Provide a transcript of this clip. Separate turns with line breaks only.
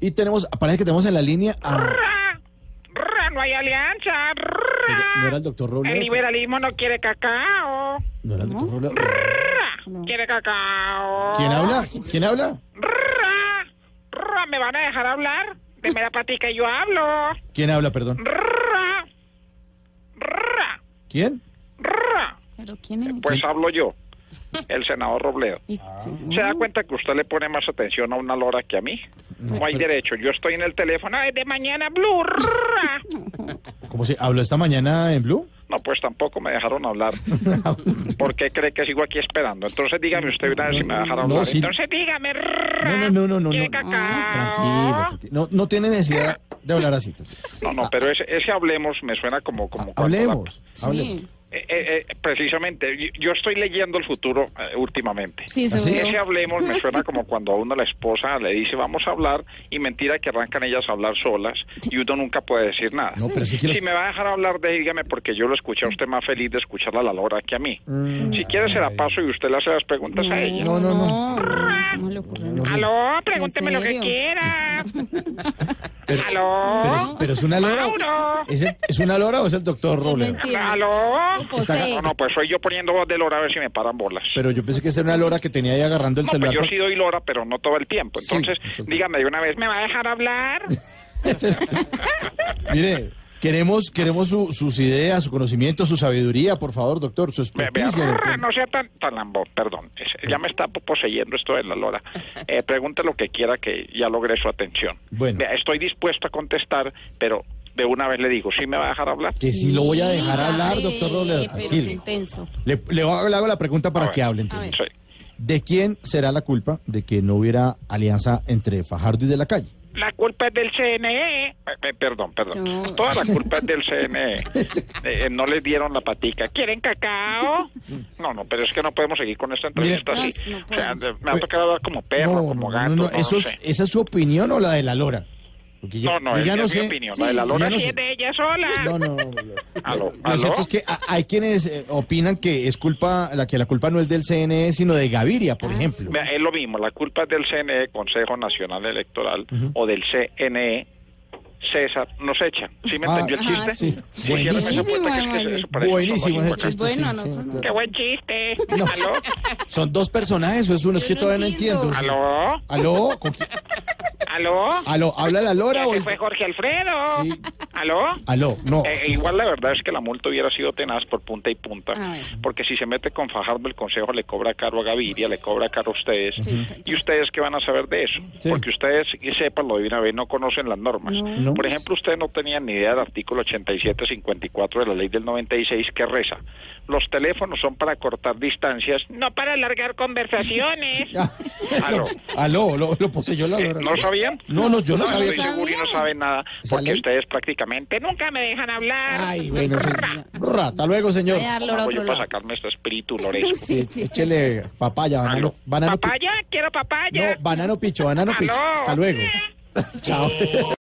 Y tenemos, parece que tenemos en la línea a...
Ra, ra, no hay alianza. ra.
No era el doctor Robledo.
El liberalismo no quiere cacao.
No era el doctor Robledo.
Ra, Quiere cacao.
¿Quién habla? ¿Quién habla?
Ra, ra, ¿Me van a dejar hablar? Deme la patica y yo hablo.
¿Quién habla, perdón?
Ra, ra,
¿Quién?
ra.
¿Pero quién es?
Pues hablo yo, el senador Robledo.
Y- sí.
¿Se da cuenta que usted le pone más atención a una lora que a mí? No hay derecho. Yo estoy en el teléfono desde mañana, blue. ra.
¿Cómo se habló esta mañana en Blue?
No, pues tampoco me dejaron hablar. ¿Por qué cree que sigo aquí esperando? Entonces dígame usted una vez si me dejaron
No,
hablar.
sí.
Entonces dígame.
No, no, no, no, no. no.
¿Quiere cacao?
Tranquilo, tranquilo. No, no tiene necesidad de hablar así.
No, no, pero ese, ese hablemos me suena como... como cuando la-
Ah, Hablemos, hablemos.
Eh, eh, eh, precisamente, yo- yo estoy leyendo el futuro eh, últimamente.
Sí,
¿Ah, sí?
seguro.
Ese hablemos me suena como cuando a uno la esposa le dice vamos a hablar y mentira que arrancan ellas a hablar solas y uno nunca puede decir nada.
No, pero es que quiero-
Si me va a dejar hablar, dígame porque yo lo escuché a usted más feliz de escucharla a la Lora que a mí.
Mm.
Si quiere se la paso y usted le hace las preguntas a ella.
No, no, no.
no, no le ocurre nada.
Aló, pregúnteme lo que
serio?
quiera.
Pero, pero es,
Aló.
pero es una lora.
Mauro.
¿Es, el- ¿Es una lora o es el doctor Robledo?
Mentira.
Aló.
José.
No, no, pues soy yo poniendo voz de Lora a ver si me paran bolas.
Pero yo pensé que esa era una lora que tenía ahí agarrando el
No, pues
celular.
yo sí doy lora, pero no todo el tiempo.
Sí,
Entonces,
entonces-
dígame de una vez, ¿me va a dejar hablar?
Mire, queremos, queremos su- sus ideas, su conocimiento, su sabiduría, por favor, doctor, su
Ve- vea,
experticia. doctor.
no sea tan, tan lambón, perdón. Es- Ya me está po- poseyendo esto de la lora. Eh, pregunte lo que quiera que ya logré su atención.
Bueno.
Vea, estoy dispuesto a contestar, pero de una vez le digo, ¿sí me va a dejar hablar?
Que sí lo voy a dejar hablar,
Ay,
doctor Robledo.
pero qué
Tranquilo.
intenso.
Le, le hago, le hago la pregunta para
A ver.
que hable.
A ver.
entonces.
Sí.
¿De quién será la culpa de que no hubiera alianza entre Fajardo y de la calle?
La culpa es del CNE. Eh, eh, perdón, perdón.
No.
Toda la culpa es del CNE. Eh, eh, no les dieron la patica. ¿Quieren cacao? No, no, pero es que no podemos seguir con esta entrevista
Mira.
así.
No, no
O sea,
podemos.
Pues,
me ha tocado hablar como perro, como gato. No,
eso es-
sé.
¿Esa es su opinión o la de la Lora? Porque yo-
No, no,
yo
es,
ya
es
sé-
mi opinión. la de la
yo
lona
ya no
sí
sé.
es de ella sola.
No, no.
Aló,
Lo
aló.
cierto es que a- hay quienes eh, opinan que es culpa, la que la culpa no es del CNE, sino de Gaviria, por
Ah,
ejemplo.
Vea, Es lo mismo, la culpa es del CNE, Consejo Nacional Electoral, o del CNE, César, nos echan. ¿Sí me
Ah,
entendió el
ajá,
chiste?
sí.
Si quieren esa
Buenísimo,
puerta, que es que se-
Emanuel.
eso parece un
Buenísimo
zoológico,
ese chiste.
Bueno,
sí,
no,
sí,
no, no.
claro.
Qué buen chiste.
No.
¿Aló?
Son dos personajes, o es uno, es
Yo
que
no
todavía no
entiendo.
entiendo.
¿Aló?
¿Aló? ¿Con quién?
¿Aló?
¿Aló? ¿Habla la Lora
Ya
o
se
el-
fue Jorge Alfredo.
Sí.
¿Aló?
Aló, no.
Eh, igual la verdad es que la multa hubiera sido tenaz por punta y punta,
A ver.
porque si se mete con Fajardo el Consejo le cobra caro a Gaviria, le cobra caro a ustedes,
Sí.
y ustedes qué van a saber de eso,
Sí.
porque ustedes, y sépanlo de una vez, no conocen las normas.
No.
Por ejemplo, ustedes no tenían ni idea del artículo 87-54 de la ley del 96 que reza, los teléfonos son para cortar distancias, no para alargar conversaciones. Aló.
Aló, lo, lo poseyó la
Eh,
Lora.
¿No sabían?
No, no, yo no
estoy
sabía.
seguro y no saben nada,
¿Esa
porque
ley?
ustedes prácticamente nunca me dejan hablar.
Ay, bueno, sí. Brr, Hasta luego, señor.
Voy a darle
¿Cómo
a
hago
otro
yo para
lado.
sacarme este espíritu loresco?
Sí,
Sí,
sí.
Échele papaya, banano,
Aló.
banano pi-
papaya, quiero papaya.
No, banano picho, banano picho.
Aló.
Hasta luego. Chao.